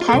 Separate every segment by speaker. Speaker 1: 台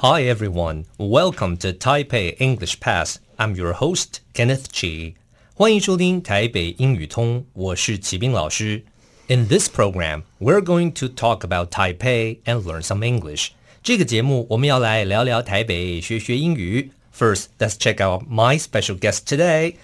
Speaker 2: Hi everyone, welcome to Taipei English Pass. I'm your host Kenneth Chi. 欢迎收听台北英语通，我是齐斌老师。In this program, we're going to talk about Taipei and learn some English. 这个节目我们要来聊聊台北，学学英语。First, let's check out my special guest today.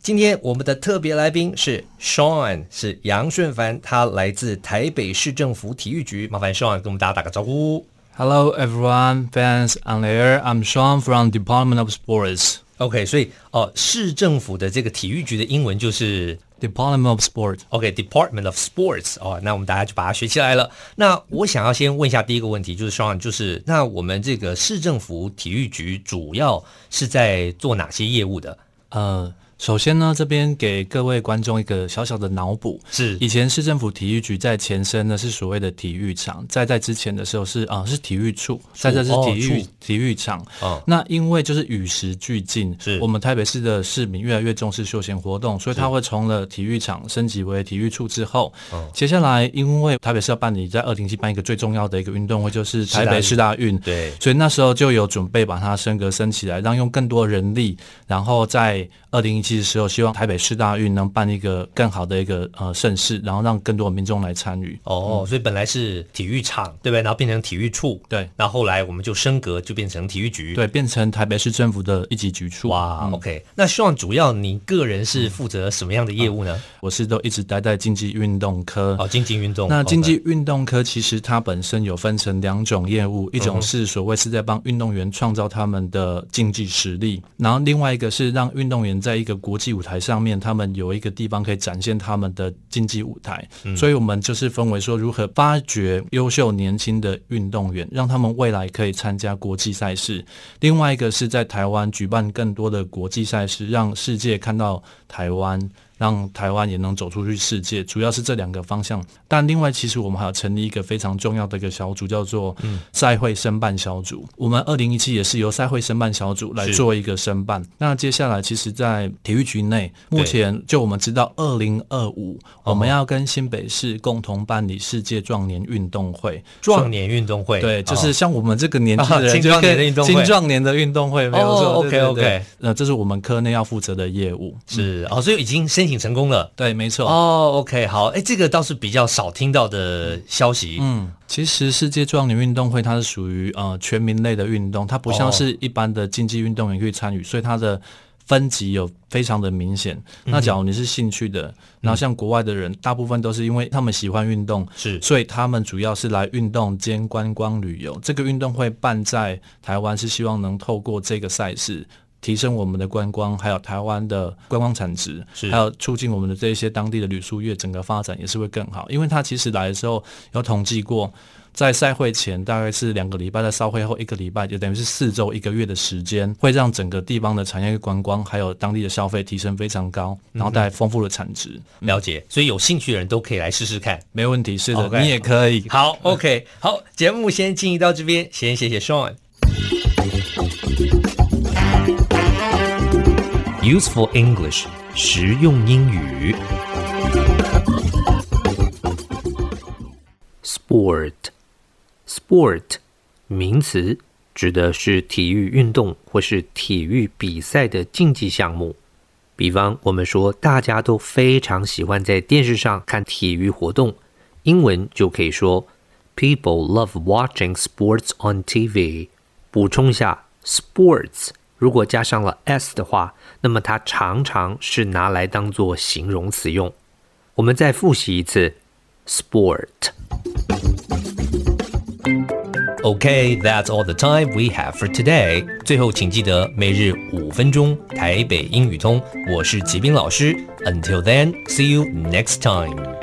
Speaker 2: 今天我们的特别来宾是 Sean，是杨顺凡，他来自台北市政府体育局。麻烦 Sean 跟我们大家打个招呼。
Speaker 3: Hello everyone, fans on the air. I'm Sean from Department of Sports.
Speaker 2: OK，所以哦、呃市政府的这个体育局的英文就是
Speaker 3: Department of Sport.
Speaker 2: OK，Department、of Sports 哦，那我们大家就把它学起来了。那我想要先问一下第一个问题，就是 Sean，就是那我们这个市政府体育局主要是在做哪些业务的？
Speaker 3: 呃，首先呢，这边给各位观众一个小小的脑补。
Speaker 2: 是
Speaker 3: 以前市政府体育局在前身呢是所谓的体育场，在在之前的时候是啊、呃是体育处，在在是
Speaker 2: 哦
Speaker 3: 体育、
Speaker 2: 处
Speaker 3: 体育场。
Speaker 2: 嗯
Speaker 3: 那因为就是与时俱进，
Speaker 2: 是
Speaker 3: 我们台北市的市民越来越重视休闲活动，所以它会从了体育场升级为体育处之后，
Speaker 2: 哦
Speaker 3: 接下来因为台北市要办理在二零七办一个最重要的一个运动会，就是台北市大运，
Speaker 2: 对
Speaker 3: 所以那时候就有准备把它升格升起来，让用更多人力，然后在二零一七的时候，希望台北市大运能办一个更好的一个呃盛事，然后让更多的民众来参与。
Speaker 2: 哦，所以本来是体育场，对不对？然后变成体育处，
Speaker 3: 对
Speaker 2: 然后后来我们就升格，就变成体育局。
Speaker 3: 对，变成台北市政府的一级局处。
Speaker 2: 哇、
Speaker 3: 嗯
Speaker 2: o k 那希望主要你个人是负责什么样的业务呢？
Speaker 3: 我是都一直待在竞技运动科。
Speaker 2: 哦，竞技运动。
Speaker 3: 啊
Speaker 2: 哦
Speaker 3: 那
Speaker 2: OK
Speaker 3: 竞技运动科其实它本身有分成两种业务，
Speaker 2: 嗯
Speaker 3: 一种是所谓是在帮运动员创造他们的竞技实力，然后另外一个是让运动员在一个国际舞台上面，他们有一个地方可以展现他们的竞技舞台。
Speaker 2: 嗯
Speaker 3: 所以我们就是分为说如何发掘优秀年轻的运动员，让他们未来可以参加国际赛事；另外一个是在台湾举办更多的国际赛事，让世界看到台湾。让台湾也能走出去世界，主要是这两个方向。但另外，其实我们还有成立一个非常重要的一个小组，叫做赛会申办小组。我们二零一七也是由赛会申办小组来
Speaker 2: 是
Speaker 3: 做一个申办。那接下来，其实，在体育局内，目前就我们知道，二零二五我们要跟新北市共同办理世界壮年运动会。
Speaker 2: 壮年运动会，
Speaker 3: 对，就
Speaker 2: 哦啊
Speaker 3: 是像我们这个年纪的
Speaker 2: 青壮
Speaker 3: 人，就
Speaker 2: 年的
Speaker 3: 跟
Speaker 2: 运动会
Speaker 3: 青壮年的运动会没有错。
Speaker 2: 哦
Speaker 3: 对对
Speaker 2: OK，OK
Speaker 3: 对呃，这是我们科内要负责的业务。
Speaker 2: 是哦，所以已经申请成功了。
Speaker 3: 嗯对，没错。
Speaker 2: 哦，OK，好，哎，这个倒是比较少听到的消息。
Speaker 3: 嗯，其实世界壮年运动会它是属于呃全民类的运动，它不像
Speaker 2: 哦
Speaker 3: 是一般的竞技运动员可以参与，所以它的分级有非常的明显。
Speaker 2: 嗯
Speaker 3: 那假如你是兴趣的，然后像国外的人，大部分都是因为他们喜欢运动，
Speaker 2: 是
Speaker 3: 所以他们主要是来运动兼观光旅游。这个运动会办在台湾，是希望能透过这个赛事。提升我们的观光，还有台湾的观光产值，
Speaker 2: 是
Speaker 3: 还有促进我们的这一些当地的旅宿业整个发展也是会更好。因为它其实来的时候有统计过，在赛会前大概是两个礼拜，在赛会后一个礼拜，就等于是四周一个月的时间，会让整个地方的产业观光还有当地的消费提升非常高，然后带来丰富的产值。
Speaker 2: 了解，所以有兴趣的人都可以来试试看。
Speaker 3: 没问题，是的
Speaker 2: OK
Speaker 3: 你也可以。
Speaker 2: 好，OK，好，节目先进行到这边，先谢谢 Sean。Useful English，实用英语。Sport, sport，名词，指的是体育运动或是体育比赛的竞技项目。比方，我们说大家都非常喜欢在电视上看体育活动，英文就可以说 “People love watching sports on TV”。补充一下，sports 如果加上了 s 的话，那么它常常是拿来当做形容词用。我们再复习一次，sport。Okay, that's all the time we have for today. 最后，请记得每日五分钟台北英语通。我是齐斌老师。Until then, see you next time.